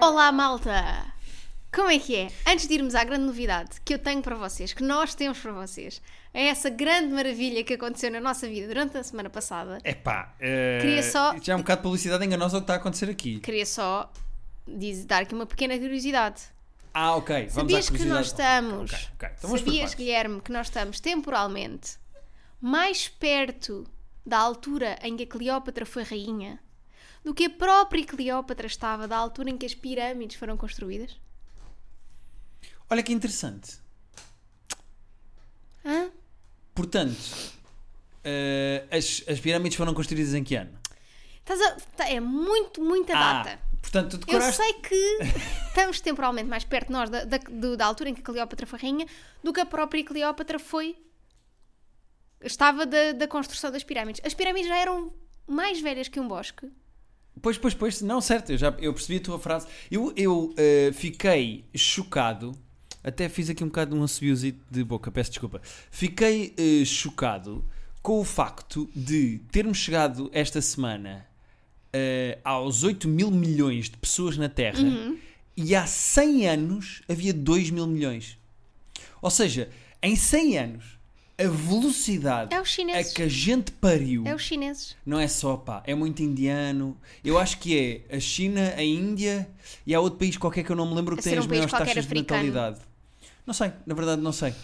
Olá, malta! Como é que é? Antes de irmos à grande novidade que eu tenho para vocês, que nós temos para vocês, a essa grande maravilha que aconteceu na nossa vida durante a semana passada, Epá, eh, Queria só- já é um bocado de publicidade enganosa o que está a acontecer aqui. queria só diz- dar aqui uma pequena curiosidade. Ah, ok. Vamos Sabias à que curiosidade. nós estamos, Ok, ok. Então vamos por sabias, partes. Guilherme, que nós estamos temporalmente mais perto da altura em que a Cleópatra foi rainha do que a própria Cleópatra estava da altura em que as pirâmides foram construídas? Olha que interessante. Hã? Portanto, eh, as, as pirâmides foram construídas em que ano? Estás a- tá- é muito, muita data. Ah, portanto, tu Eu decoraste. sei que estamos temporalmente mais perto de nós da, da- do- da altura em que a Cleópatra foi rainha do que a própria Cleópatra foi. Estava da, da construção das pirâmides. As pirâmides já eram mais velhas que um bosque. Pois, pois, pois. Não, certo. Eu, já, eu percebi a tua frase. Eu, eu eh, fiquei chocado. Até fiz aqui um bocado de um assobiozito de boca. Peço desculpa. Fiquei eh, chocado com o facto de termos chegado esta semana eh, aos 8 mil milhões de pessoas na Terra Uhum. e há 100 anos havia 2 mil milhões. Ou seja, em 100 anos, a velocidade É os a chineses. que a gente pariu. É os chineses. Não é só, pá, é muito indiano. Eu acho que é a China, a Índia e há outro país qualquer que eu não me lembro que Deve tem ser as um país maiores qualquer taxas africano. de natalidade. Não sei, na verdade não sei.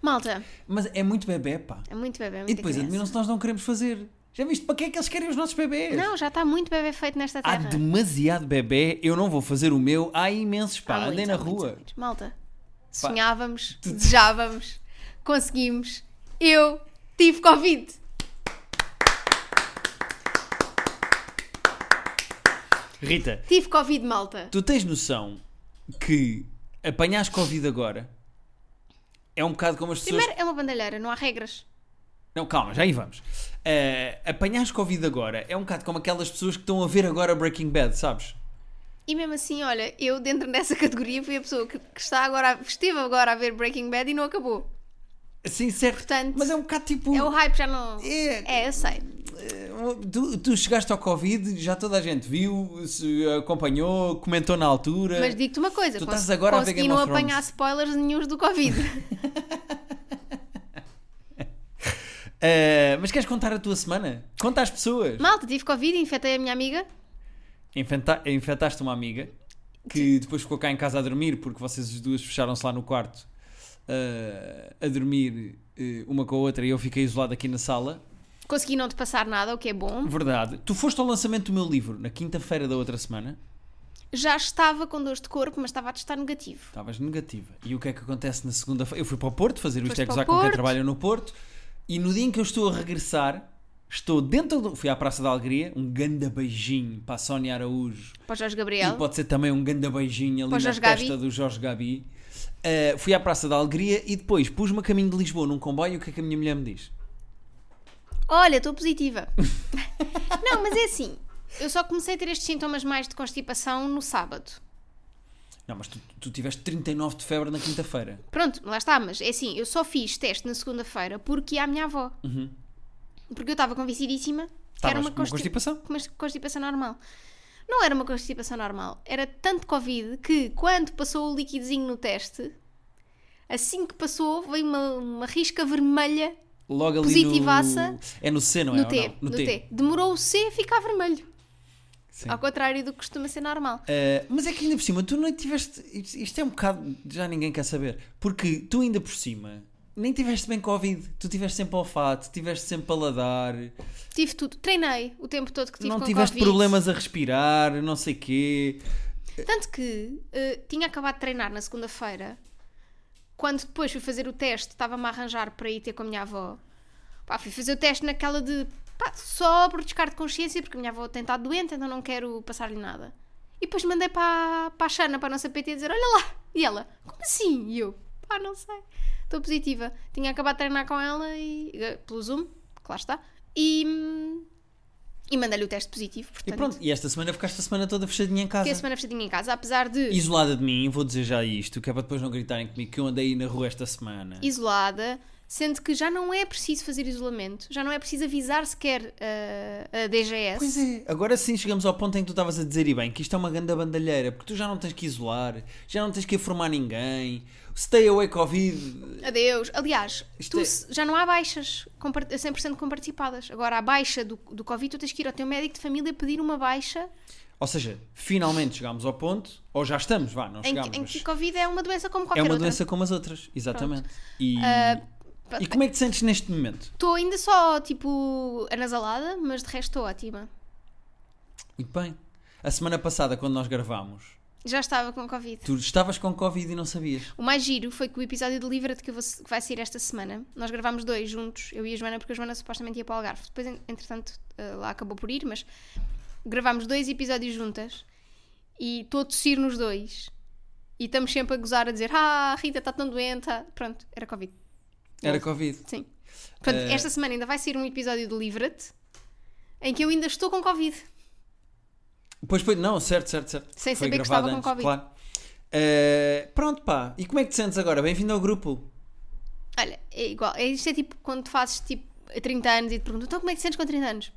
Malta, Mas é muito bebê, pá. é muito bebê, é muita E depois criança. admiram-se nós não queremos fazer. Já viste para que é que eles querem os nossos bebés? Não, já está muito bebê feito nesta Há terra. demasiado bebê, eu não vou fazer o meu. Há imensos, Há pá, muitos, andei há na muitos, há rua. muitos. Malta, sonhávamos, desejávamos, conseguimos. Eu tive Covid. Rita, Tive Covid, malta. tu tens noção que apanhares Covid agora é um bocado como as pessoas Primeiro, é uma bandalheira, não há regras. Não, calma, já aí vamos. Eh, apanhares Covid agora é um bocado como aquelas pessoas que estão a ver agora Breaking Bad, sabes? E mesmo assim, olha, eu dentro dessa categoria fui a pessoa que, que está agora, a- esteve agora a ver Breaking Bad e não acabou. Assim, certo. Portanto, Mas é um bocado tipo. É o hype, já não. É- eu sei. tu, tu chegaste ao Covid, já toda a gente viu, se acompanhou, comentou na altura. Mas digo-te uma coisa, É. Tu cons- estás agora a ver consegui Game não of Thrones. apanhar spoilers nenhums do Covid. Eh, mas queres contar a tua semana? Conta às pessoas. Malta, tive Covid, infectei a minha amiga. Infenta- infectaste uma amiga que depois ficou cá em casa a dormir porque vocês as duas fecharam-se lá no quarto eh, a dormir eh, uma com a outra e eu fiquei isolado aqui na sala. Consegui não te passar nada, o que é bom. Verdade. Tu foste ao lançamento do meu livro na quinta-feira da outra semana, Já estava com dores de corpo, mas estava a testar negativo. estavas negativa. E o que é que acontece na segunda-feira? Eu fui para o Porto fazer o Isto Foste é para o Gozar com quem Porto. trabalha no Porto, e no dia em que eu estou a regressar, estou dentro do. Fui à Praça da Alegria, um ganda beijinho para a Sónia Araújo. Para o Jorge E Gabriel. pode ser também um ganda beijinho Para ali o na Jorge testa Gabi. do Jorge Gabi. Uh, fui à Praça da Alegria e depois pus-me a caminho de Lisboa num comboio. O que é que a minha mulher me diz? Olha, estou positiva. não, mas é assim. Eu só comecei a ter estes sintomas mais de constipação no sábado. Não, mas tu, tu tiveste 39 de febre na quinta-feira. Pronto, lá está, mas é assim, eu só fiz teste na segunda-feira porque ia à minha avó. Porque eu estava convencidíssima que era Estavas uma, com Uhum. Tá, uma consti- constipação? mas constipação normal. Não era uma constipação normal, era tanto Covid que quando passou o liquidezinho no teste, assim que passou, veio uma, uma risca vermelha Logo ali Positivaça. no... É no C, não é? no Ou T. não? No, T. Demorou o C a ficar vermelho. Sim. Ao contrário do que costuma ser normal. Uh, mas é que ainda por cima, tu não tiveste. Isto isto é um bocado. Já ninguém quer saber. Porque tu ainda por cima. Nem tiveste bem Covid, tu tiveste sempre olfato, tiveste sempre paladar, Tive tudo. Treinei o tempo todo que tive não com tiveste Covid. problemas a respirar, não sei quê. Tanto que eh, tinha acabado de treinar na segunda-feira, quando depois fui fazer o teste, estava-me a arranjar para ir ter com a minha avó. Pá, fui fazer o teste naquela de pá, só por descarte de consciência, porque a minha avó tem estado doente, então não quero passar-lhe nada. E depois mandei para, para a Xana, para a nossa PT, dizer: Olha lá! E ela: Como assim? E eu: Pá, não sei. Estou positiva. Tinha acabado de treinar com ela e, eh, pelo Zoom, que lá está. E, hum, e mandei-lhe o teste positivo. E Portanto, pronto, e esta semana ficaste a semana toda fechadinha em casa. Fiquei a semana fechadinha em casa, apesar de. Isolada de mim, vou dizer já isto, que é para depois não gritarem comigo que eu andei na rua esta semana. isolada, sendo que já não é preciso fazer isolamento, já não é preciso avisar sequer ah, a DGS. Pois é, agora sim chegamos ao ponto em que tu estavas a dizer, e bem, que isto é uma grande bandalheira, porque tu já não tens que isolar, já não tens que informar ninguém, stay away Covid. Adeus. Aliás, Isto tu é- se- já não há baixas compar- 100% comparticipadas. Agora, a baixa do, do Covid, tu tens que ir ao teu médico de família pedir uma baixa Ou seja, finalmente chegámos ao ponto, ou já estamos, vá, não em, que- chegámos, em mas que Covid é uma doença como é qualquer uma outra. Ah, doença como as outras, exatamente. E, pa- e como é que te sentes neste momento? Estou ainda só, tipo, anasalada, mas de resto estou ótima. Muito bem. A semana passada, quando nós gravámos, Já estava com Covid. tu estavas com Covid e não sabias. O mais giro foi que o episódio de Livra que, eu vou- que vai sair esta semana, nós gravámos dois juntos, eu e a Joana, porque a Joana supostamente ia para o Algarve. Depois, en- entretanto, eh, lá acabou por ir, mas gravámos dois episódios juntas e estou a tossir nos dois. E estamos sempre a gozar, a dizer Ah, a Rita está tão doente. ah." Pronto, era Covid. Era Covid. Sim. Portanto, Eh, esta semana ainda vai sair um episódio de Livra-te em que eu ainda estou com Covid. Pois, pois, não, certo, certo, certo. Sem Foi saber que gravado estava com antes, Covid. Claro. Eh, pronto, pá. E como é que te sentes agora? Bem-vindo ao grupo. Olha, é igual. É- Isto é tipo quando tu fazes tipo 30 anos e te perguntam então como é que te sentes com 30 anos?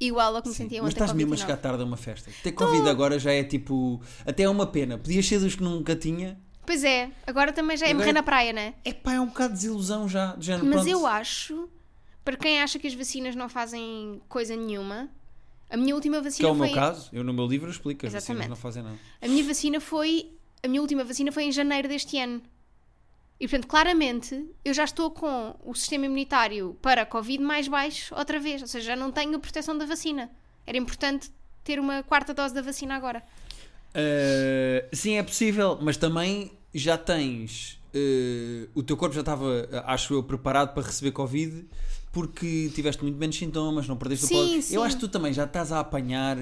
Igual ao que me Sim, sentia ontem mas estás com mesmo a 29. chegar tarde a uma festa. Ter Covid agora já é tipo. Até é uma pena. Podias ser dos que nunca tinha. Pois é, agora também já é Agora- morrer na praia, né? É pá, é um bocado de desilusão já. Do género, Mas Então, pronto. eu acho, para quem acha que as vacinas não fazem coisa nenhuma, a minha última Que é vacina o foi. meu caso. Eu no meu livro explico. As vacinas Exatamente. não fazem nada. A minha vacina foi. A minha última vacina foi em janeiro deste ano. E portanto, claramente, eu já estou com o sistema imunitário para Covid mais baixo outra vez. Ou seja, já não tenho a proteção da vacina. Era importante ter uma quarta dose da vacina agora. Eh, sim, é possível. Mas também já tens. eh, o teu corpo já estava, acho eu, preparado para receber Covid porque tiveste muito menos sintomas, não perdeste Sim, o Covid. sim. Eu acho que tu também já estás a apanhar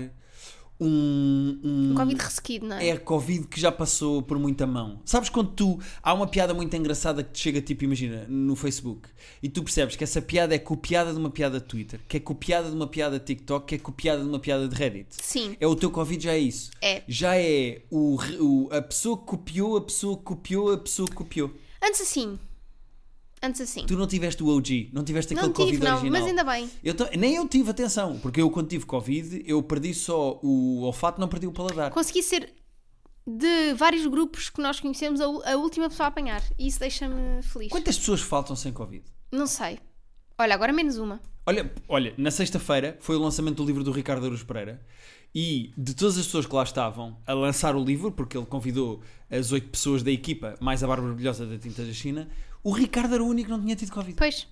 um- Um Covid ressequido, não é? é a Covid que já passou por muita mão. Sabes quando tu. Há uma piada muito engraçada que te chega, tipo, imagina, no Facebook, e tu percebes que essa piada é copiada de uma piada de Twitter, que é copiada de uma piada de TikTok, que é copiada de uma piada de Reddit. Sim. É o teu Covid, já é isso. É. Já é o, re- o- a pessoa que copiou, a pessoa que copiou, a pessoa que copiou. Antes assim. Antes assim. Tu não tiveste o OG, não tiveste aquele Não tive, Covid não, original. mas ainda bem. Eu ta- nem eu tive atenção, porque eu quando tive Covid, eu perdi só o olfato, não perdi o paladar. consegui ser de vários grupos que nós conhecemos a, u- a última pessoa a apanhar. E isso deixa-me feliz. Quantas pessoas faltam sem Covid? Não sei. Olha, agora menos uma. Olha, olha na sexta-feira foi o lançamento do livro do Ricardo Aruz Pereira e de todas as pessoas que lá estavam a lançar o livro, porque ele convidou as oito pessoas da equipa, mais a Bárbara Brilhosa da Tinta da China, o Ricardo era o único que não tinha tido Covid. Pois.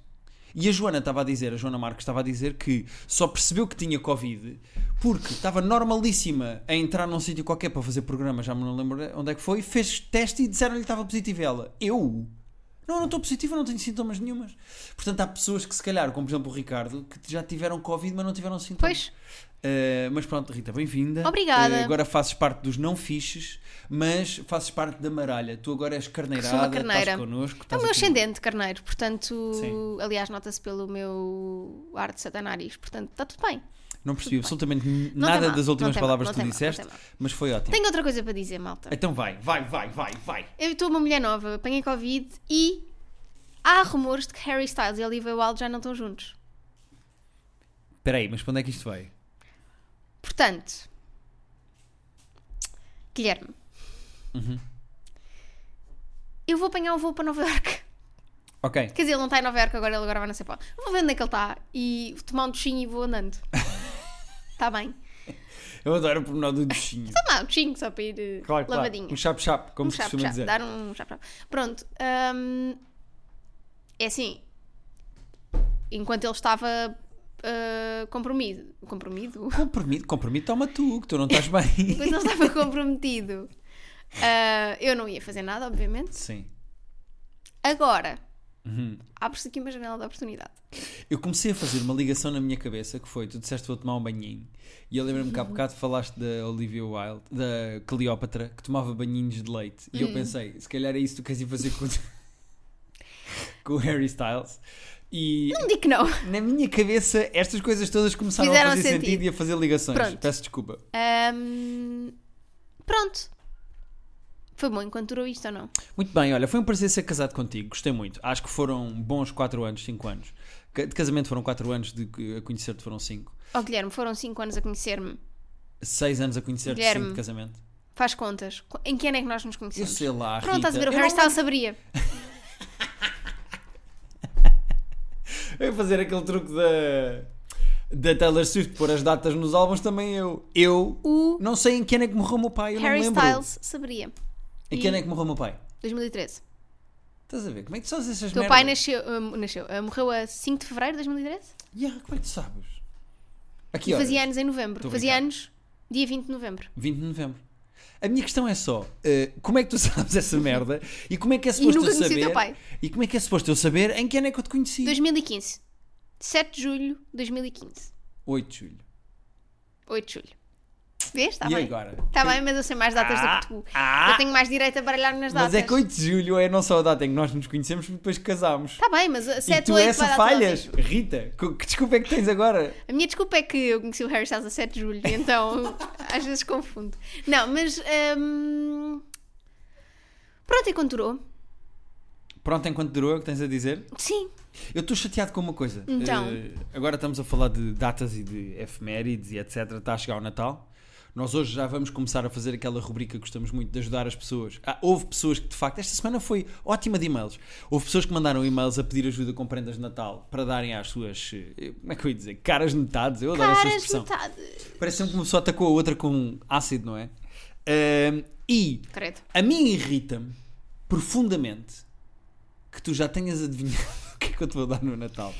E a Joana estava a dizer, a Joana Marques estava a dizer que só percebeu que tinha Covid porque estava normalíssima a entrar num sítio qualquer para fazer programa, já me não lembro onde é que foi, fez teste e disseram-lhe que estava positiva. E ela, eu? Não, não estou positiva, não tenho sintomas nenhumas. Portanto, há pessoas que se calhar, como por exemplo o Ricardo, que já tiveram Covid mas não tiveram sintomas. Pois. Eh, mas pronto, Rita, bem-vinda. Obrigada. Eh, agora fazes parte dos não fixes, mas fazes parte da maralha. Tu agora és carneirada, Sou uma carneira. estás connosco. É o estás meu aqui. ascendente, carneiro. Portanto, Sim. aliás, nota-se pelo meu ar de satanários. Portanto, está tudo bem. Não percebi absolutamente Não tem nada mal, das últimas não tem mal, palavras não que tu tem mal, não disseste, tem mal. mas foi ótimo. Tenho outra coisa para dizer, malta. Então vai, vai, vai, vai, vai. Eu estou uma mulher nova, apanhei Covid e há rumores de que Harry Styles e Olivia Wilde já não estão juntos. Espera aí, mas para onde é que isto vai? Portanto, Guilherme, Uhum. eu vou apanhar um voo para Nova Iorque. Ok. Quer dizer, ele não está em Nova Iorque agora, ele agora vai na Cepal. Vou ver onde é que ele está e vou tomar um duchinho e vou andando. Está bem. Eu adoro o pormenor do duchinho. Vou tomar um duchinho só para ir eh, Claro, claro. lavadinha. Um chap-chap, como Um se chap, costuma chap, dizer. dar um chap, chap. Pronto, hum, é assim, enquanto ele estava eh, compromido, compromido? Comprimido, comprimido, toma tu, que tu não estás bem. Enquanto ele estava comprometido, ah, eu não ia fazer nada, obviamente. Sim. Agora, Uhum. abre-se aqui uma janela de oportunidade. Eu comecei a fazer uma ligação na minha cabeça que foi: tu disseste vou tomar um banhinho. E eu lembro-me Uhum. que há bocado falaste da Olivia Wilde, da Cleópatra, que tomava banhinhos de leite. Hum. E eu pensei: se calhar é isso que tu queres ir fazer com, com o Harry Styles. E Não digo que não. Na minha cabeça, estas coisas todas começaram Fizeram a fazer sentido. sentido. e a fazer ligações. Pronto. Peço desculpa. Hum, pronto. Foi bom enquanto durou isto ou não? Muito bem, olha, foi um prazer ser casado contigo, gostei muito. Acho que foram bons 4 anos, 5 anos. Ca- De casamento foram 4 anos, de a conhecer-te foram 5. Oh, Guilherme, foram 5 anos a conhecer-me. 6 anos a conhecer-te, Guilherme. 5 de casamento. Faz contas. Co- Em que ano é que nós nos Eu conhecemos? sei lá, Pronto, estás a ver, Rita. o Eu Harry não Styles sabia. Eu ia fazer aquele truque da, da Taylor Swift, pôr as datas nos álbuns também eu. Eu O não sei em que ano é que morreu meu pai, eu Harry não me lembro. Styles sabia. Em que ano é que morreu meu pai? 2013. Estás a ver? Como é que tu sabes essas O teu merdas? pai nasceu, hum, nasceu, hum, morreu a 5 de fevereiro de 2013 Yeah, como é que tu sabes? Aqui, e olha, fazia anos em novembro. Estou a fazia brincar. anos dia 20 de novembro. 20 de novembro. A minha questão é só, eh, como é que tu sabes essa merda? E como é que é E suposto nunca eu conheci o saber? teu pai. E como é que é suposto eu saber em que ano é que eu te conheci? 2015. 7 de julho de 2015. 8 de julho. 8 de julho. Vês? Está e Tá bem. agora? Está bem, mas eu sei mais datas Ah, do que tu. ah. eu tenho mais direito a baralhar nas datas. Mas é que 8 de julho é não só a data em que nós nos conhecemos, mas depois casámos. Está Tá bem, mas a 7 e tu é ou 8 essa vai dar falhas, todas. Rita? co- Que desculpa é que tens agora? A minha desculpa é que eu conheci o Harry Styles a 7 de julho, então às vezes confundo. Não, mas. hum, Pronto, e quando durou? Pronto, enquanto durou, é o que tens a dizer? Sim. Eu estou chateado com uma coisa. Então. Eh, agora estamos a falar de datas e de efemérides e etc. Está a chegar o Natal. Nós hoje já vamos começar a fazer aquela rubrica que gostamos muito de ajudar as pessoas. Ah, houve pessoas que, de facto, esta semana foi ótima de e-mails. Houve pessoas que mandaram e-mails a pedir ajuda com prendas de Natal para darem às suas, eh, como é que eu ia dizer, caras netadas. Eu adoro essa Caras, expressão. metade. Parece sempre que uma pessoa atacou a outra com ácido, não é? Ahm, e Credo. a mim irrita-me profundamente que tu já tenhas adivinhado o que é que eu te vou dar no Natal.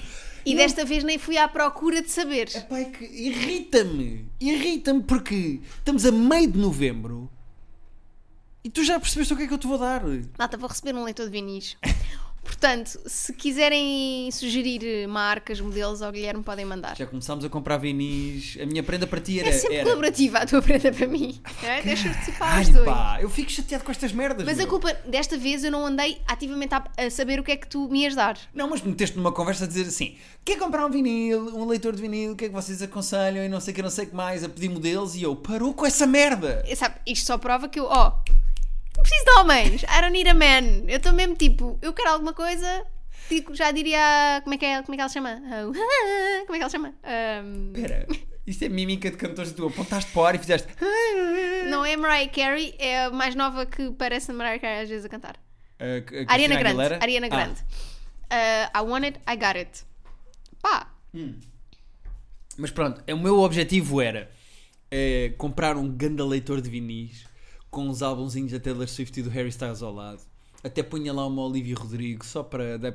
E desta vez nem fui à procura de saber. Epá, é que irrita-me! Irrita-me porque estamos a meio de novembro e tu já percebeste o que é que eu te vou dar. Nata, vou receber um leitor de vinis. Portanto, se quiserem sugerir eh, marcas, modelos ao Guilherme, podem mandar. Já começámos a comprar vinis. A minha prenda para ti era. É sempre era- colaborativa a tua prenda para mim. não é? Deixa-me participar os Ai dois. pá, eu fico chateado com estas merdas. Mas a meu. culpa, desta vez eu não andei ativamente a, a saber o que é que tu me ias dar. Não, mas meteste numa conversa a dizer assim: quer comprar um vinil, um leitor de vinil, o que é que vocês aconselham e não sei o que, não sei o que mais, a pedir modelos e eu parou com essa merda. E, Sabe, isto só prova que eu, ó, não preciso de homens. I don't need a man. Eu estou mesmo tipo, eu quero alguma coisa. Tipo, já diria. Como é que, é, como é que ela se chama? Ah, Como é que ela se chama? Ahm, Espera, isto é mímica de cantores, tu apontaste para o ar e fizeste. Não é Mariah Carey, é a mais nova que parece a Mariah Carey às vezes a cantar. A- a Cristina Ariana Grande. Aguilera? Ariana Ah, Grande. Uh, I want it, I got it. Pá, Mas pronto, é- o meu objetivo era eh, comprar um ganda leitor de vinis com os álbumzinhos da Taylor Swift e do Harry Styles ao lado. Até punha lá uma Olivia Rodrigo só para, dar,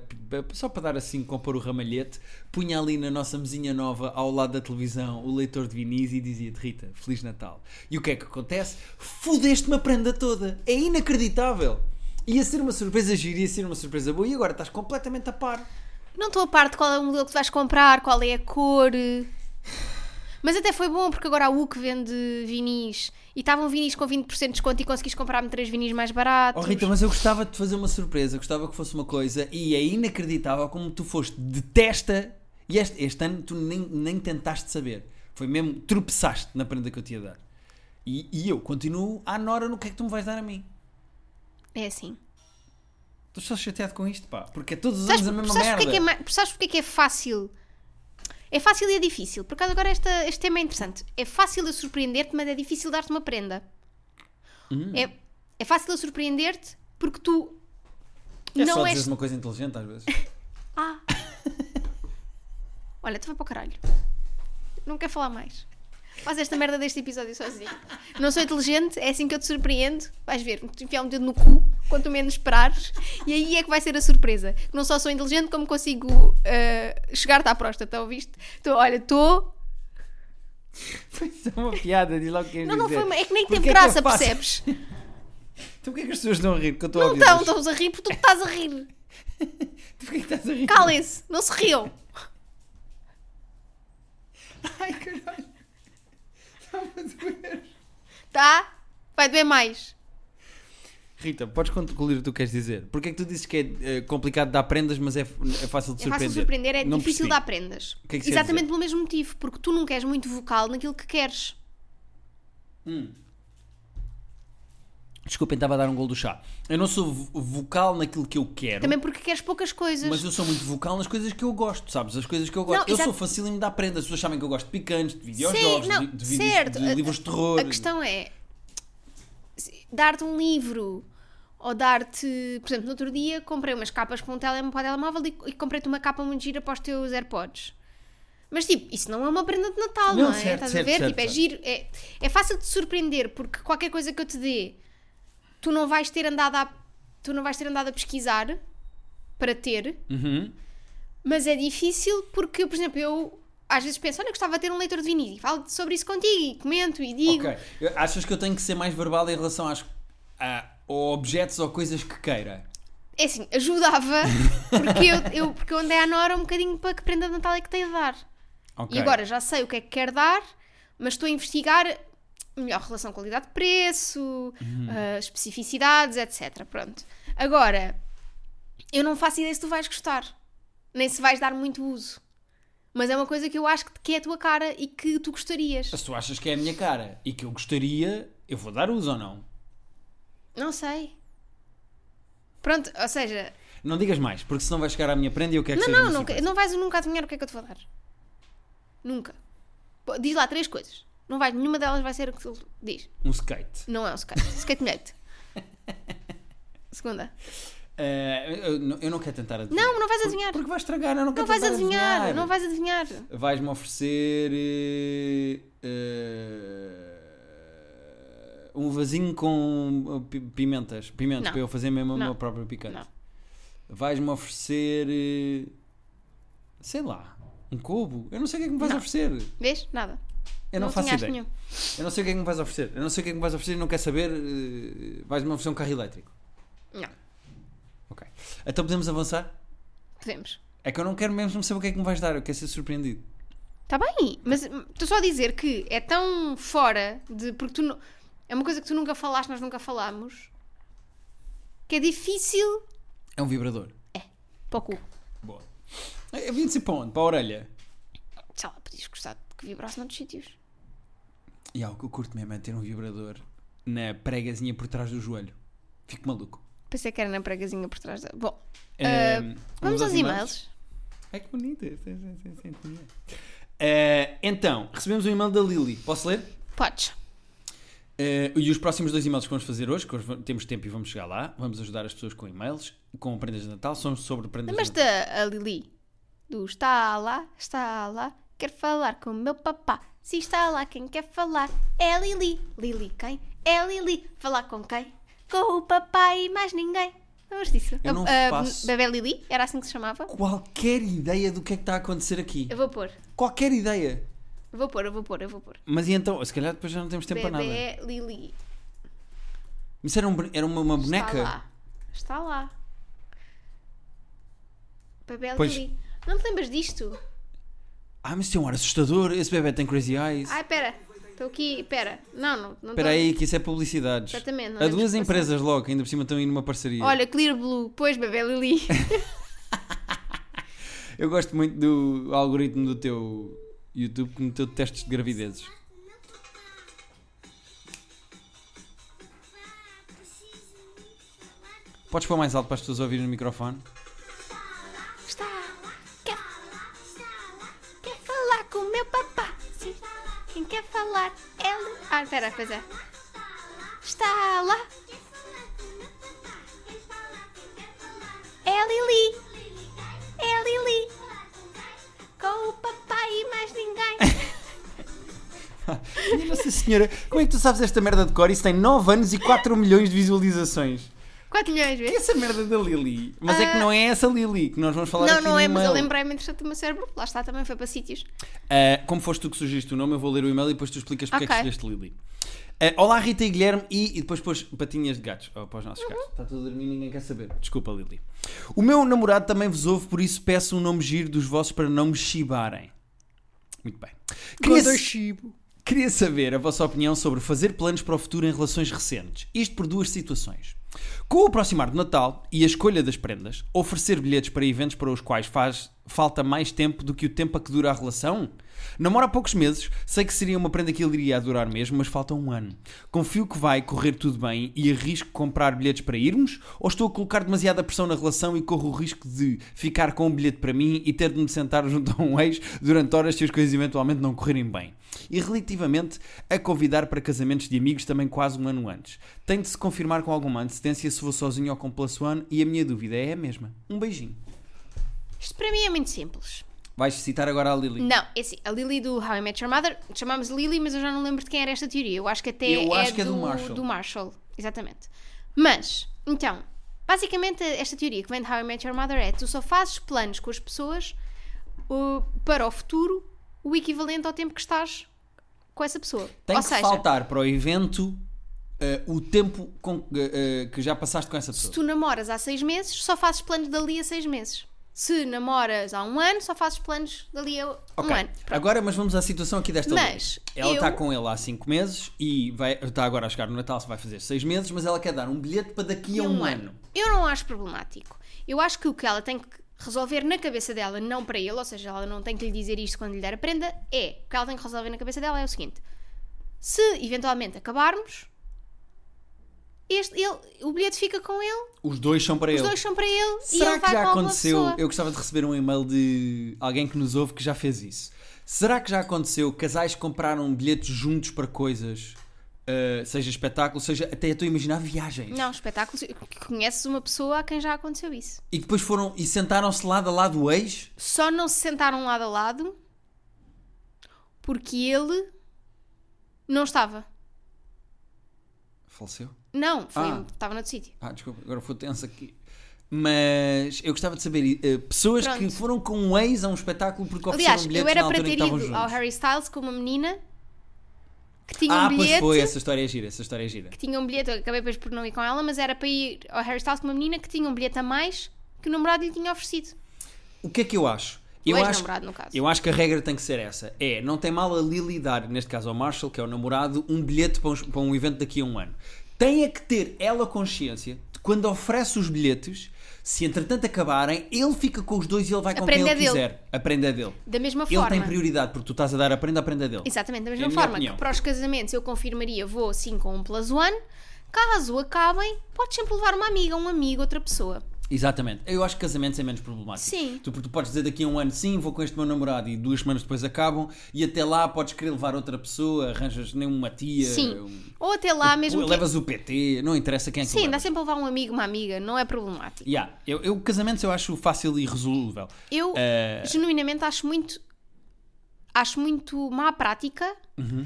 só para dar assim, compor o ramalhete. Punha ali na nossa mesinha nova, ao lado da televisão, o leitor de vinis e dizia-te Rita, Feliz Natal. E o que é que acontece? Fudeste-me a prenda toda. É inacreditável. Ia ser uma surpresa gira, ia ser uma surpresa boa e agora estás completamente a par. não estou a par de qual é o modelo que tu vais comprar, qual é a cor. Mas até foi bom porque agora a UC vende vinis e estavam vinis com 20% de desconto e conseguiste comprar-me três vinis mais Oh baratos. Rita, mas eu gostava de te fazer uma surpresa, gostava que fosse uma coisa e é inacreditável como tu foste de testa e este, este ano tu nem, nem tentaste saber. Foi mesmo, tropeçaste na prenda que eu te ia dar. E, e eu continuo à nora no que é que tu me vais dar a mim. É assim. Estou só chateado com isto, pá, porque é todos os Sabes, anos a mesma sabes merda. porque é que é, ma- sabes porque é que é fácil? É fácil e é difícil. Por acaso agora esta- este tema é interessante. É fácil eu surpreender-te, mas é difícil dar-te uma prenda. Hum. É, é fácil eu surpreender-te porque tu É só não dizeres és. uma coisa inteligente às vezes. Ah! Olha, tu vai para o caralho. Não quero falar mais. Faz esta merda deste episódio sozinho. Não sou inteligente, é assim que eu te surpreendo. Vais ver, vou-te enfiar um dedo no cu, quanto menos esperares, e aí é que vai ser a surpresa. Não só sou inteligente, como consigo ah, chegar-te à próstata, ouviste? Então, olha, estou. foi só é, uma piada, diz lá o que queres Não, não dizer. foi. É que nem Porque teve é que é graça, fácil? percebes? Então porquê é que as pessoas estão a rir? Que eu estou a Não ouvir. estão, estão a rir porque tu que estás a rir. Porquê que estás a rir? Calem-se, não se riam. Ai caralho. Estava a doer. Tá? Vai doer mais. Rita, podes concluir o que tu queres dizer? Porque é que tu dizes que é eh, complicado dar prendas, mas é, f- é fácil de É fácil surpreender? de surpreender, é Não difícil percebi. dar prendas. O que é que isso quer Exatamente dizer? pelo mesmo motivo, porque tu nunca és muito vocal naquilo que queres. Desculpem, estava a dar um gol do chá. Eu não sou vo- vocal naquilo que eu quero, Também porque queres poucas coisas. mas eu sou muito vocal nas coisas que eu gosto, sabes? As coisas que eu gosto. Não, eu exato. sou facil em me dar prenda. As pessoas sabem que eu gosto de picantes, de videojogos, não, de, de vídeos, certo. de A- livros de terror. A questão é se- dar-te um livro ou dar-te, por exemplo, no outro dia comprei umas capas para um telem- para o telemóvel e, e comprei-te uma capa muito gira para os teus AirPods. Mas tipo, isso não é uma prenda de Natal, não, Não, é? certo, Estás certo, a ver? certo, tipo, é certo. giro, é, é fácil de surpreender porque qualquer coisa que eu te dê, tu não vais ter andado a, tu não vais ter andado a pesquisar para ter. Uhum. Mas é difícil porque, por exemplo, eu às vezes penso, olha, gostava de ter um leitor de vinil e falo sobre isso contigo e comento e digo. Ok. Eu- Achas que eu tenho que ser mais verbal em relação às, a, a objetos ou coisas que queira? É assim, ajudava porque eu, eu, porque eu andei à Nora um bocadinho para que prenda de Natal é que tenho a dar. Ok. E agora já sei o que é que quero dar, mas estou a investigar melhor relação qualidade-preço, Uhum. ah, especificidades, etc. Pronto. Agora, eu não faço ideia se tu vais gostar, nem se vais dar muito uso. Mas é uma coisa que eu acho que- que é a tua cara e que tu gostarias. Se tu achas que é a minha cara e que eu gostaria, eu vou dar uso ou não? Não sei. Pronto, ou seja, Não digas mais, porque senão vai chegar à minha prenda e eu quero É que não, seja um não, uma nunca, surpresa. não vais nunca adivinhar o que é que eu te vou dar. Nunca. Pô, Diz lá três coisas. Não vais, nenhuma delas vai ser o que tu diz. Um skate. Não é um skate. Skate mulhete. Segunda. Eh, eu- eu, não- eu não quero tentar adivinhar. Não, não vais adivinhar. Porque vais estragar, eu não Não quero vais tentar adivinhar, não vais adivinhar. Vais-me oferecer eh, eh, um vasinho com uh, pi- pimentas, pimentos Não. para eu fazer mesmo a Não. minha própria picante. Não. Vais-me oferecer, eh, sei lá, um cubo. Eu não sei o que é que me vais Não. oferecer. Vês? Nada. Eu não, faço adivinhaste ideia. nenhum. Eu não sei o que é que me vais oferecer. Eu não sei o que é que me vais oferecer. Não quero saber. eh, vais-me oferecer um carro elétrico. Não. Ok. Então podemos avançar? Podemos. É que eu não quero mesmo saber o que é que me vais dar. Eu quero ser surpreendido. Está bem, mas hum, estou só a dizer que é tão fora de. Porque tu nu- é uma coisa que tu nunca falaste, nós nunca falámos, que é difícil É um vibrador. para o cu. Boa. É 20 para onde? Para a orelha? Sei lá, podias gostar de que vibrasse noutros sítios. E yeah, o que eu curto mesmo é ter um vibrador na pregazinha por trás do joelho. Fico maluco. Pensei que era na pregazinha por trás da. Bom, hum, Eh, vamos aos e-mails. Ai É que bonito. Sim, sim, sim, sim, sim. Eh, então, recebemos um e-mail da Lili. Posso ler? Podes. Eh, e os próximos dois e-mails que vamos fazer hoje, que hoje va- temos tempo e vamos chegar lá, vamos ajudar as pessoas com e-mails, com prendas de Natal, são sobre prendas Lembras de Natal. da a Lili? Do está lá, está lá, quer falar com o meu papá. Se está lá, quem quer falar é a Lili. Lili quem? É a Lili. Falar com quem? Com o papai e mais ninguém. Lembras disso? Eu não Ah, faço- Bebé Lili? Era assim que se chamava? Qualquer ideia do que é que está a acontecer aqui. Eu vou pôr. Qualquer ideia. Eu vou pôr, eu vou pôr, eu vou pôr. Mas e então? Se calhar depois já não temos tempo para nada. Bebé Lili. Mas Isso era, um, bone- era uma, uma boneca? Está lá. Está lá. Bebé Pois. Lili. Não te lembras disto? Ah, mas isso é um ar assustador. Esse bebê tem crazy eyes. Ai, pera. Estou aqui, pera. Não, não, não Espera tô- aí, que isso é publicidades. Exatamente, não Há temos duas que passar. empresas logo, que ainda por cima estão aí numa parceria. Olha, Clear Blue, pois bebê Lili. Eu gosto muito do algoritmo do teu YouTube que meteu testes de gravidezes. Podes pôr mais alto para as pessoas ouvirem no microfone? Está lá, quer, quer falar com o meu papá. Sim, quem quer falar é ele. Ah, pera, pois é. Está lá. É a Lili. É a Lili. Com o papai e mais ninguém. Minha Nossa Senhora, como é que tu sabes esta merda de cor? Isso tem 9 anos e 4 milhões de visualizações. 4 milhões, E vês? essa merda da Lili? Mas é que Ah. não é essa Lili que nós vamos falar Não, aqui não no é, mas eu e-mail. lembrei-me entretanto do meu cérebro. Lá está, também foi para sítios. Uh, como foste tu que sugeriste o nome, eu vou ler o e-mail e depois tu explicas porque Ok. é que escolheste Lili. Uh, olá Rita e Guilherme e, e depois pôs patinhas de gatos oh, para os nossos gatos. Está tudo a dormir ninguém quer saber. Desculpa, Lili. O meu namorado também vos ouve, por isso peço um nome giro dos vossos para não me chibarem. Muito bem. Queria, queria saber a vossa opinião sobre fazer planos para o futuro em relações recentes. Isto por duas situações. Com o aproximar do Natal e a escolha das prendas, oferecer bilhetes para eventos para os quais faz falta mais tempo do que o tempo a que dura a relação? Namoro há poucos meses, sei que seria uma prenda que ele iria adorar mesmo, mas falta um ano. Confio que vai correr tudo bem e arrisco comprar bilhetes para irmos? Ou estou a colocar demasiada pressão na relação e corro o risco de ficar com um bilhete para mim e ter de me sentar junto a um ex durante horas se as coisas eventualmente não correrem bem? E relativamente a convidar para casamentos de amigos também quase um ano antes. Tem de se confirmar com alguma antecedência se vou sozinho ou com plus one e a minha dúvida é a mesma. Um beijinho. Isto para mim é muito simples. Vais citar agora a Lily. Não, é assim, a Lily do How I Met Your Mother, chamámos Lily, mas eu já não lembro de quem era esta teoria. Eu acho que até Eu é, acho que é do do Marshall. do Marshall, exatamente. Mas, então, basicamente esta teoria que vem de How I Met Your Mother é tu só fazes planos com as pessoas uh, para o futuro o equivalente ao tempo que estás com essa pessoa. Tem Ou que seja, faltar para o evento eh, o tempo com- eh, eh, que já passaste com essa se pessoa. tu namoras há seis meses, só fazes planos dali a seis meses. Se namoras há um ano, só fazes planos dali a um Ok. ano. Agora, mas vamos à situação aqui desta Mas Lily. Ela eu- está com ele há 5 meses e vai, está agora a chegar no Natal, se vai fazer 6 meses, mas ela quer dar um bilhete para daqui a um, ano. Eu não acho problemático. Eu acho que o que ela tem que resolver na cabeça dela, não para ele, ou seja, ela não tem que lhe dizer isto quando lhe der a prenda, é o que ela tem que resolver na cabeça dela é o seguinte: se eventualmente acabarmos, este, ele, o bilhete fica com ele, Os dois são para os ele. dois são para ele e Será ele que vai já com alguma aconteceu? pessoa. Eu gostava de receber um e-mail de alguém que nos ouve que já fez isso. Será que já aconteceu casais que compraram bilhetes juntos para coisas, eh, seja espetáculo, seja até estou a imaginar viagens? Não, espetáculos. Conheces uma pessoa a quem já aconteceu isso. E depois foram e sentaram-se lado a lado o ex? Só não se sentaram lado a lado porque ele não estava. Faleceu? Não, foi- Ah. estava noutro sítio. Ah, desculpa, agora fui tenso aqui. Mas eu gostava de saber, eh, pessoas que Pronto. foram com um ex a um espetáculo porque ofereceram Aliás, eu bilhetes na era para altura em ter que estavam ido ao juntos. Harry Styles com uma menina que tinha ah, um bilhete. pois foi, essa história é gira, essa história é gira. Que tinha um bilhete, eu acabei depois por não ir com ela, mas era para ir ao Harry Styles com uma menina que tinha um bilhete a mais que o namorado lhe tinha oferecido. O que é que eu acho? O Eu acho, ex-namorado, no caso. eu acho que a regra tem que ser essa. É, não tem mal a Lily dar, neste caso ao Marshall, que é o namorado, um bilhete para, uns- para um evento daqui a um ano. Tem é que ter ela consciência de quando oferece os bilhetes, se entretanto acabarem, ele fica com os dois e ele vai com quem prenda ele é dele. quiser. A prenda é dele. Da mesma Ele forma. tem prioridade porque tu estás a dar a prenda, a prenda é dele. Exatamente, da É a mesma minha forma opinião. que para os casamentos eu confirmaria vou sim com um plus one. Caso acabem, podes sempre levar uma amiga, um amigo, outra pessoa. Exatamente. Eu acho que casamentos é menos problemático. Sim. Tu, tu podes dizer daqui a um ano sim, vou com este meu namorado e duas semanas depois acabam e até lá podes querer levar outra pessoa, arranjas nem uma tia. Sim. um- Ou até lá, mesmo Ou que. levas o PT, não interessa quem é que Sim, dá levas. sempre a levar um amigo, uma amiga, não é problemático. Yeah. Eu, eu casamentos eu acho fácil e resolúvel. Eu Eh. genuinamente acho muito acho muito má prática Uhum.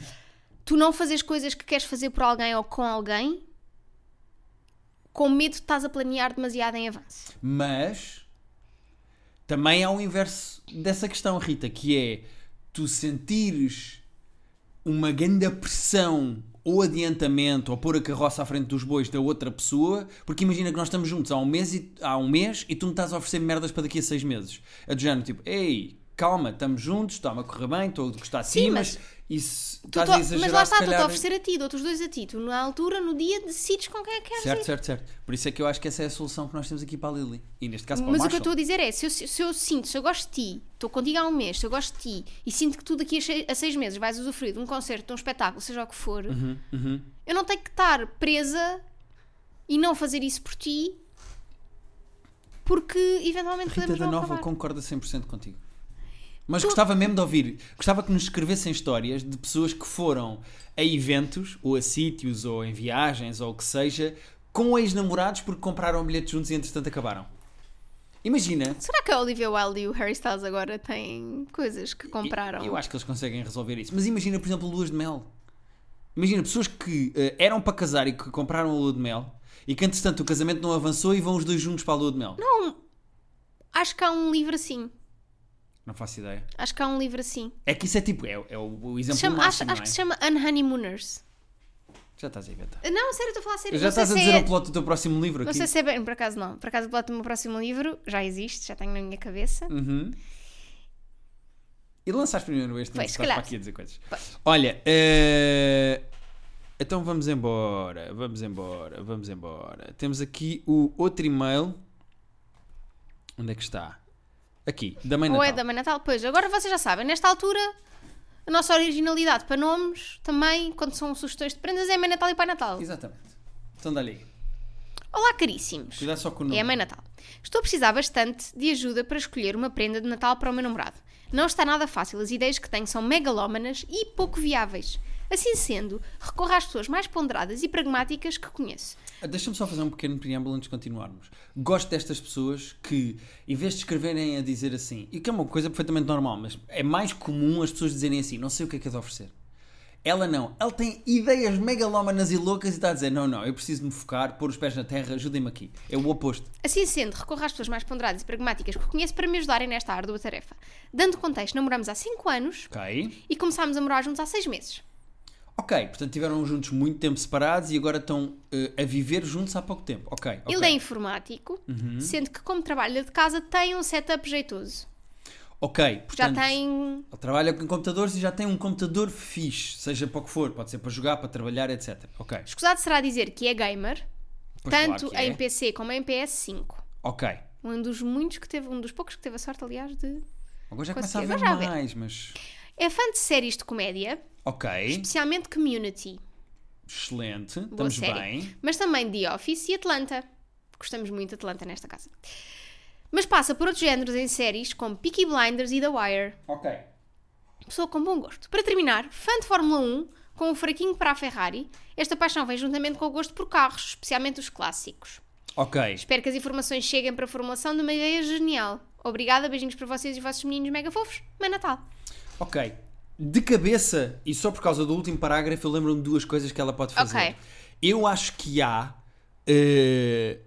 tu não fazes coisas que queres fazer por alguém ou com alguém com medo de estás a planear demasiado em avanço. Mas também há o inverso dessa questão, Rita, que é tu sentires uma grande pressão ou adiantamento ou pôr a carroça à frente dos bois da outra pessoa, porque imagina que nós estamos juntos há um mês e, há um mês e tu me estás a oferecer merdas para daqui a seis meses. É do género tipo, ei, calma, estamos juntos, está-me a correr bem, estou a gostar de ti, Sim, mas, mas isso Tu estás to- a mas exagerar lá se está, tu te calhar. oferecer a ti, de outros dois a ti. Tu na altura, no dia, decides com quem é que queres Certo, ir. certo, certo. Por isso é que eu acho que essa é a solução que nós temos aqui para a Lily. E neste caso para Mas o o que eu estou Marshall. a dizer é, se eu, se eu sinto, se eu gosto de ti, estou contigo há um mês, se eu gosto de ti e sinto que tu daqui a sei- a seis meses vais usufruir de um concerto, de um espetáculo, seja o que for, Uhum, eu não tenho que estar presa e não fazer isso por ti porque eventualmente Rita podemos da não Nova acabar. concorda 100% contigo. Mas Tu- gostava mesmo de ouvir, gostava que nos escrevessem histórias de pessoas que foram a eventos, ou a sítios, ou em viagens, ou o que seja, com ex-namorados porque compraram bilhetes juntos e entretanto acabaram. Imagina. Será que a Olivia Wilde e o Harry Styles agora têm coisas que compraram? Eu acho que eles conseguem resolver isso. Mas imagina, por exemplo, luas de mel. Imagina pessoas que eh, eram para casar e que compraram a lua de mel e que entretanto o casamento não avançou e vão os dois juntos para a lua de mel. Não, Acho que há um livro assim. faço ideia. Acho que há um livro assim. É que isso é tipo, é, é o, o exemplo Se chama- acho, acho máximo, não é? que se chama Unhoneymooners. Já estás a inventar. Não, sério, estou a falar sério. Já não sei estás a se dizer é- o plot do teu próximo livro Não aqui. sei se é bem, por acaso não. Por acaso o plot do meu próximo livro já existe, já tenho na minha cabeça. Uhum. E lançaste primeiro este, não Pois, estás se para calhar. aqui a dizer coisas. Pois. Olha, eh, então vamos embora, vamos embora, vamos embora. Temos aqui o outro e-mail. Onde é que está? Aqui, da mãe Ou Natal. é da Mãe Natal? Pois, agora vocês já sabem, nesta altura A nossa originalidade para nomes também, quando são sugestões de prendas, é Mãe Natal e Pai Natal. Exatamente. Então dá-lhe aí. Olá, caríssimos. Cuidado só com o nome. É a Mãe Natal. Estou a precisar bastante de ajuda para escolher uma prenda de Natal para o meu namorado. Não está nada fácil, as ideias que tenho são megalómanas e pouco viáveis. Assim sendo, recorro às pessoas mais ponderadas e pragmáticas que conheço. Deixa-me só fazer um pequeno preâmbulo antes de continuarmos. Gosto destas pessoas que, em vez de escreverem a dizer assim, e que é uma coisa perfeitamente normal, mas é mais comum as pessoas dizerem assim: não sei o que é que é de oferecer. Ela não. Ela tem ideias megalómanas e loucas e está a dizer: não, não, eu preciso me focar, pôr os pés na terra, ajudem-me aqui. É o oposto. Assim sendo, recorro às pessoas mais ponderadas e pragmáticas que conheço para me ajudarem nesta árdua tarefa. Dando contexto, namoramos há 5 anos Ok. e começámos a morar juntos há 6 meses. Ok, portanto tiveram juntos muito tempo separados e agora estão eh, a viver juntos há pouco tempo. Ok. ok. Uhum. Ele é informático, sendo que, como trabalha de casa, tem um setup jeitoso. Ok, Já portanto, tem Ele trabalha com computadores e já tem um computador fixe, seja para o que for, pode ser para jogar, para trabalhar, etc. Ok. Escusado será dizer que é gamer, Pois tanto claro que em é. PC como em PS5. Ok. Um dos muitos que teve, um dos poucos que teve a sorte, aliás, de. Agora já começa a Consegui, ver mas já vê. mais, mas. É fã de séries de comédia, Ok. especialmente Community, Excelente. boa Estamos série, bem. mas também The Office e Atlanta. Gostamos muito de Atlanta nesta casa. Mas passa por outros géneros em séries como Peaky Blinders e The Wire. Ok. pessoa com bom gosto. Para terminar, fã de Fórmula 1, com um fraquinho para a Ferrari, esta paixão vem juntamente com o gosto por carros, especialmente os clássicos. Ok. Espero que as informações cheguem para a formulação de uma ideia genial. Obrigada, beijinhos para vocês e os vossos meninos mega fofos. Mãe Natal. Ok. De cabeça, e só por causa do último parágrafo, eu lembro-me de duas coisas que ela pode fazer. Ok. Eu acho que há. eh,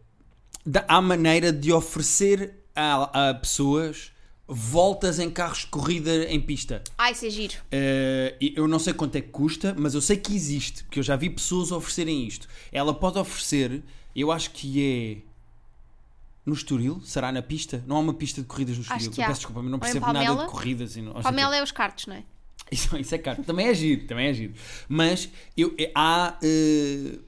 da- há maneira de oferecer a, a pessoas voltas em carros de corrida em pista. Ai, isso é giro. Eh, eu não sei quanto é que custa, mas eu sei que existe, porque eu já vi pessoas oferecerem isto. Ela pode oferecer, eu acho que é. No Estoril? Será na pista? Não há uma pista de corridas no Estoril. que Eu há. peço desculpa, mas não Ou em percebo nada Palmela. de corridas. E não, não sei o quê. Palmela é os cartos, não é? Isso, isso é caro. Também é giro, também é giro. Mas eu, é- há. eh,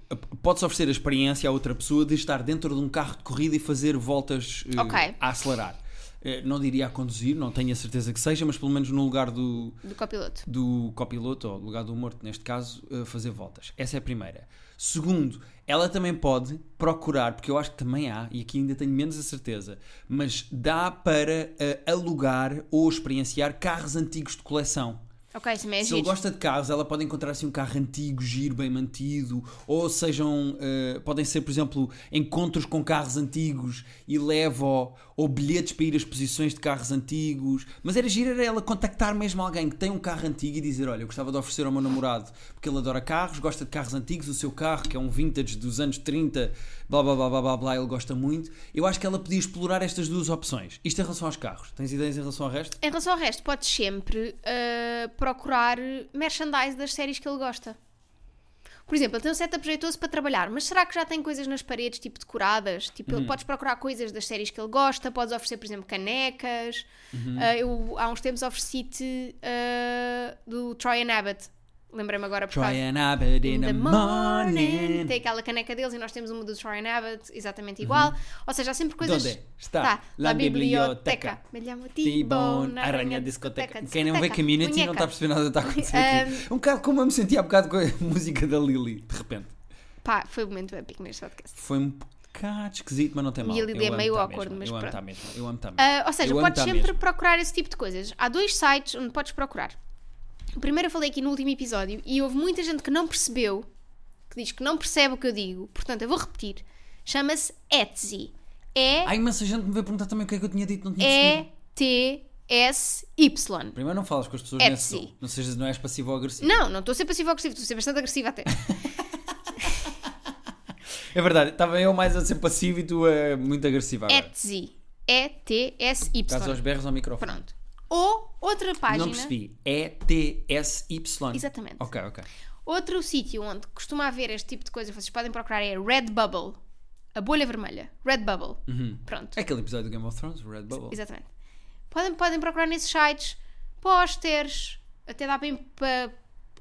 Pode-se oferecer a experiência a outra pessoa de estar dentro de um carro de corrida e fazer voltas eh, Ok. a acelerar. Eh, não diria a conduzir, não tenho a certeza que seja, mas pelo menos no lugar do, Do copiloto. do copiloto, ou lugar do morto, neste caso, a fazer voltas. Essa é a primeira. Segundo, ela também pode procurar, porque eu acho que também há, e aqui ainda tenho menos a certeza, mas dá para eh, alugar ou experienciar carros antigos de coleção. Ok, isso também é Se ele giro. gosta de carros, ela pode encontrar assim um carro antigo, giro, bem mantido, ou sejam, eh, podem ser, por exemplo, encontros com carros antigos e leva ou bilhetes para ir a exposições de carros antigos. Mas era giro era ela contactar mesmo alguém que tem um carro antigo e dizer: Olha, eu gostava de oferecer ao meu namorado, porque ele adora carros, gosta de carros antigos, o seu carro, que é um vintage dos anos 30, blá blá blá blá blá, blá ele gosta muito. Eu acho que ela podia explorar estas duas opções. Isto em relação aos carros. Tens ideias em relação ao resto? Em relação ao resto, podes sempre uh, procurar merchandise das séries que ele gosta. Por exemplo, ele tem um setup jeitoso para trabalhar, mas será que já tem coisas nas paredes, tipo decoradas? Tipo, ele- podes procurar coisas das séries que ele gosta, podes oferecer, por exemplo, canecas. Uh, eu há uns tempos ofereci-te uh, do Troy and Abbott. Lembrei-me agora por Try causa. and habit in, In the the morning. morning. Tem aquela caneca deles e nós temos uma do Troy and Abbott, exatamente igual. Ou seja, há sempre coisas. Donde Uhum. está la la biblioteca? biblioteca. Me llamo Tibon, Tibon, aranha discoteca. Quem não vê discoteca, Community não muñeca. está a perceber nada do que está a acontecer aqui. Um bocado como eu me senti há bocado com a música da Lily, de repente. Pá, foi um momento épico neste podcast. Foi um bocado esquisito, mas não tem mal. E a Lily Eu é meio amo-tá awkward, mesmo, mas Eu amo pronto. tá mesmo, eu amo tá mesmo. Ah, ou seja, Eu amo podes tá sempre mesmo. procurar esse tipo de coisas. Há dois sites onde podes procurar. O primeiro eu falei aqui no último episódio e houve muita gente que não percebeu, que diz que não percebe o que eu digo, portanto eu vou repetir. Chama-se Etsy. Há imensa gente que me veio perguntar também o que é que eu tinha dito, não tinha percebido. E-E-T-S-Y. Primeiro não falas com as pessoas Etsy. nesse tom. Não sejas, não és passivo ou agressivo. Não, não estou a ser passivo agressivo, estou a ser bastante agressiva até. Tá É verdade, estava eu mais a ser passivo e tu é muito agressiva agora. Etsy. E-T-S-Y. Estás aos berros ao microfone. Pronto. Ou outra página. Não percebi. E-T-S-Y. Exatamente. Ok, ok. Outro sítio onde costuma haver este tipo de coisa, vocês podem procurar é Redbubble. A bolha vermelha. Redbubble. Pronto. É aquele episódio do Game of Thrones, Red Bubble. Exatamente. Podem, podem procurar nesses sites posters, até dá bem para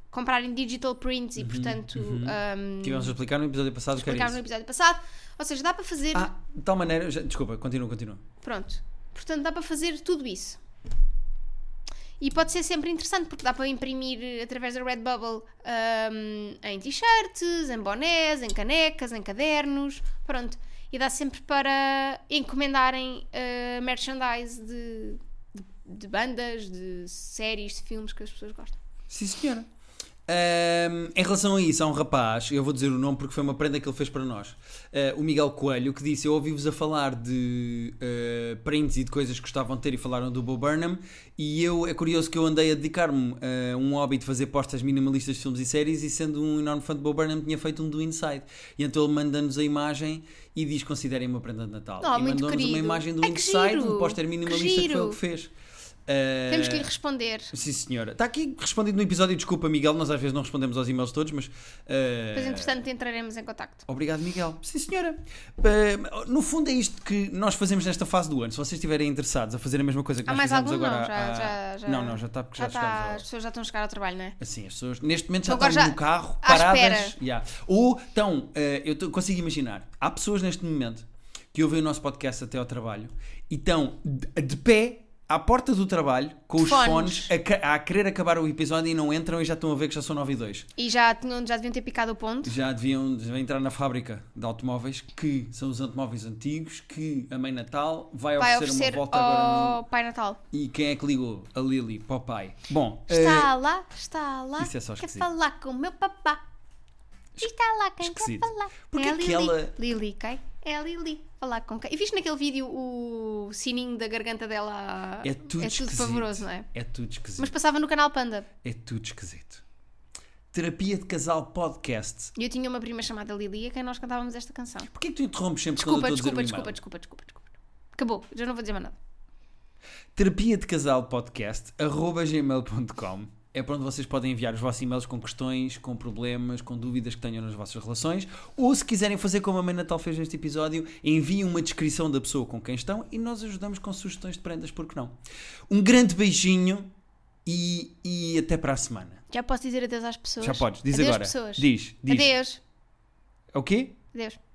comprar em digital prints e, portanto, um, Tivemos a explicar no episódio passado o que era explicar Uhum, isso. no episódio passado. Ou seja, dá para fazer. Ah, de tal maneira. já- desculpa, continua, continua. Pronto. Portanto, dá para fazer tudo isso. E pode ser sempre interessante porque dá para imprimir eh, através da Redbubble hum, em t-shirts, em bonés, em canecas, em cadernos, pronto. E dá sempre para encomendarem eh, merchandise de, de- de bandas, de séries, de filmes que as pessoas gostam. Sim, senhora. Ahm, em relação a isso, há um rapaz, eu vou dizer o nome porque foi uma prenda que ele fez para nós, ah, o Miguel Coelho, que disse: Eu ouvi-vos a falar de ah, prints e de coisas que gostavam de ter e falaram do Bo Burnham. E eu, é curioso que eu andei a dedicar-me a um hobby de fazer postas minimalistas de filmes e séries. E sendo um enorme fã de Bo Burnham, tinha feito um do Inside. E então ele manda-nos a imagem e diz: Considerem uma prenda de Natal. Oh, e muito mandou-nos uma querido. imagem do Ai, que Inside, giro, um póster que minimalista que, foi giro. ele que fez. Temos que Ah, lhe responder. Sim, senhora. Está aqui respondido no episódio. Desculpa, Miguel, nós às vezes não respondemos aos e-mails todos, mas. eh, Depois, entretanto, entraremos em contacto. Obrigado, Miguel. Sim, senhora. Eh, no fundo, é isto que nós fazemos nesta fase do ano. Se vocês estiverem interessados a fazer a mesma coisa que Há nós Ah, mais fizemos algum? Não, agora. já- à- já- já- Não, não, já está, porque já, Já tá, as chegámos ao... pessoas já estão a chegar ao trabalho, não é? Assim, as pessoas neste momento já Então Agora estão já- no carro, à paradas. espera. Yeah. Ou então, eh, eu tô- consigo imaginar, há pessoas neste momento que ouvem o nosso podcast até ao trabalho e estão de, de pé à porta do trabalho com os fones, Fones. a ca- a, querer acabar o episódio e não entram e já estão a ver que já são 9 e 2. E já, tinham, já deviam ter picado o ponto. Já deviam deviam entrar na fábrica de automóveis que são os automóveis antigos que a mãe Natal vai, Vai oferecer, oferecer É uma volta agora ao no... Pai Natal. E quem é que ligou? A Lily, para o pai. Bom, eh, Está lá, está lá. Isso é só quer esquisito. falar com o meu papá. Está lá quem Esquisito. quer falar. Porque é a Lili. aquela- Lili, quem? É a Lili. Falar com quem? E viste naquele vídeo o sininho da garganta dela? É tudo, esquisito. pavoroso, não é? É tudo esquisito. Mas passava no canal Panda. É tudo esquisito. Terapia de Casal Podcast. E eu tinha uma prima chamada Lili a quem nós cantávamos esta canção. Porquê que tu interrompes sempre Desculpa, quando eu estou desculpa, a dizer um desculpa, e-mail? desculpa, desculpa, desculpa. Acabou, já não vou dizer mais nada. Terapia de Casal Podcast, arroba gmail.com. É para onde vocês podem enviar os vossos e-mails com questões, com problemas, com dúvidas que tenham nas vossas relações. Ou se quiserem fazer como a Mãe Natal fez neste episódio, enviem uma descrição da pessoa com quem estão e nós ajudamos com sugestões de prendas, porque não? Um grande beijinho e, e até para a semana. Já posso dizer adeus às pessoas? Já podes, diz adeus, agora. Pessoas. Diz, diz. Adeus. É O quê? Adeus.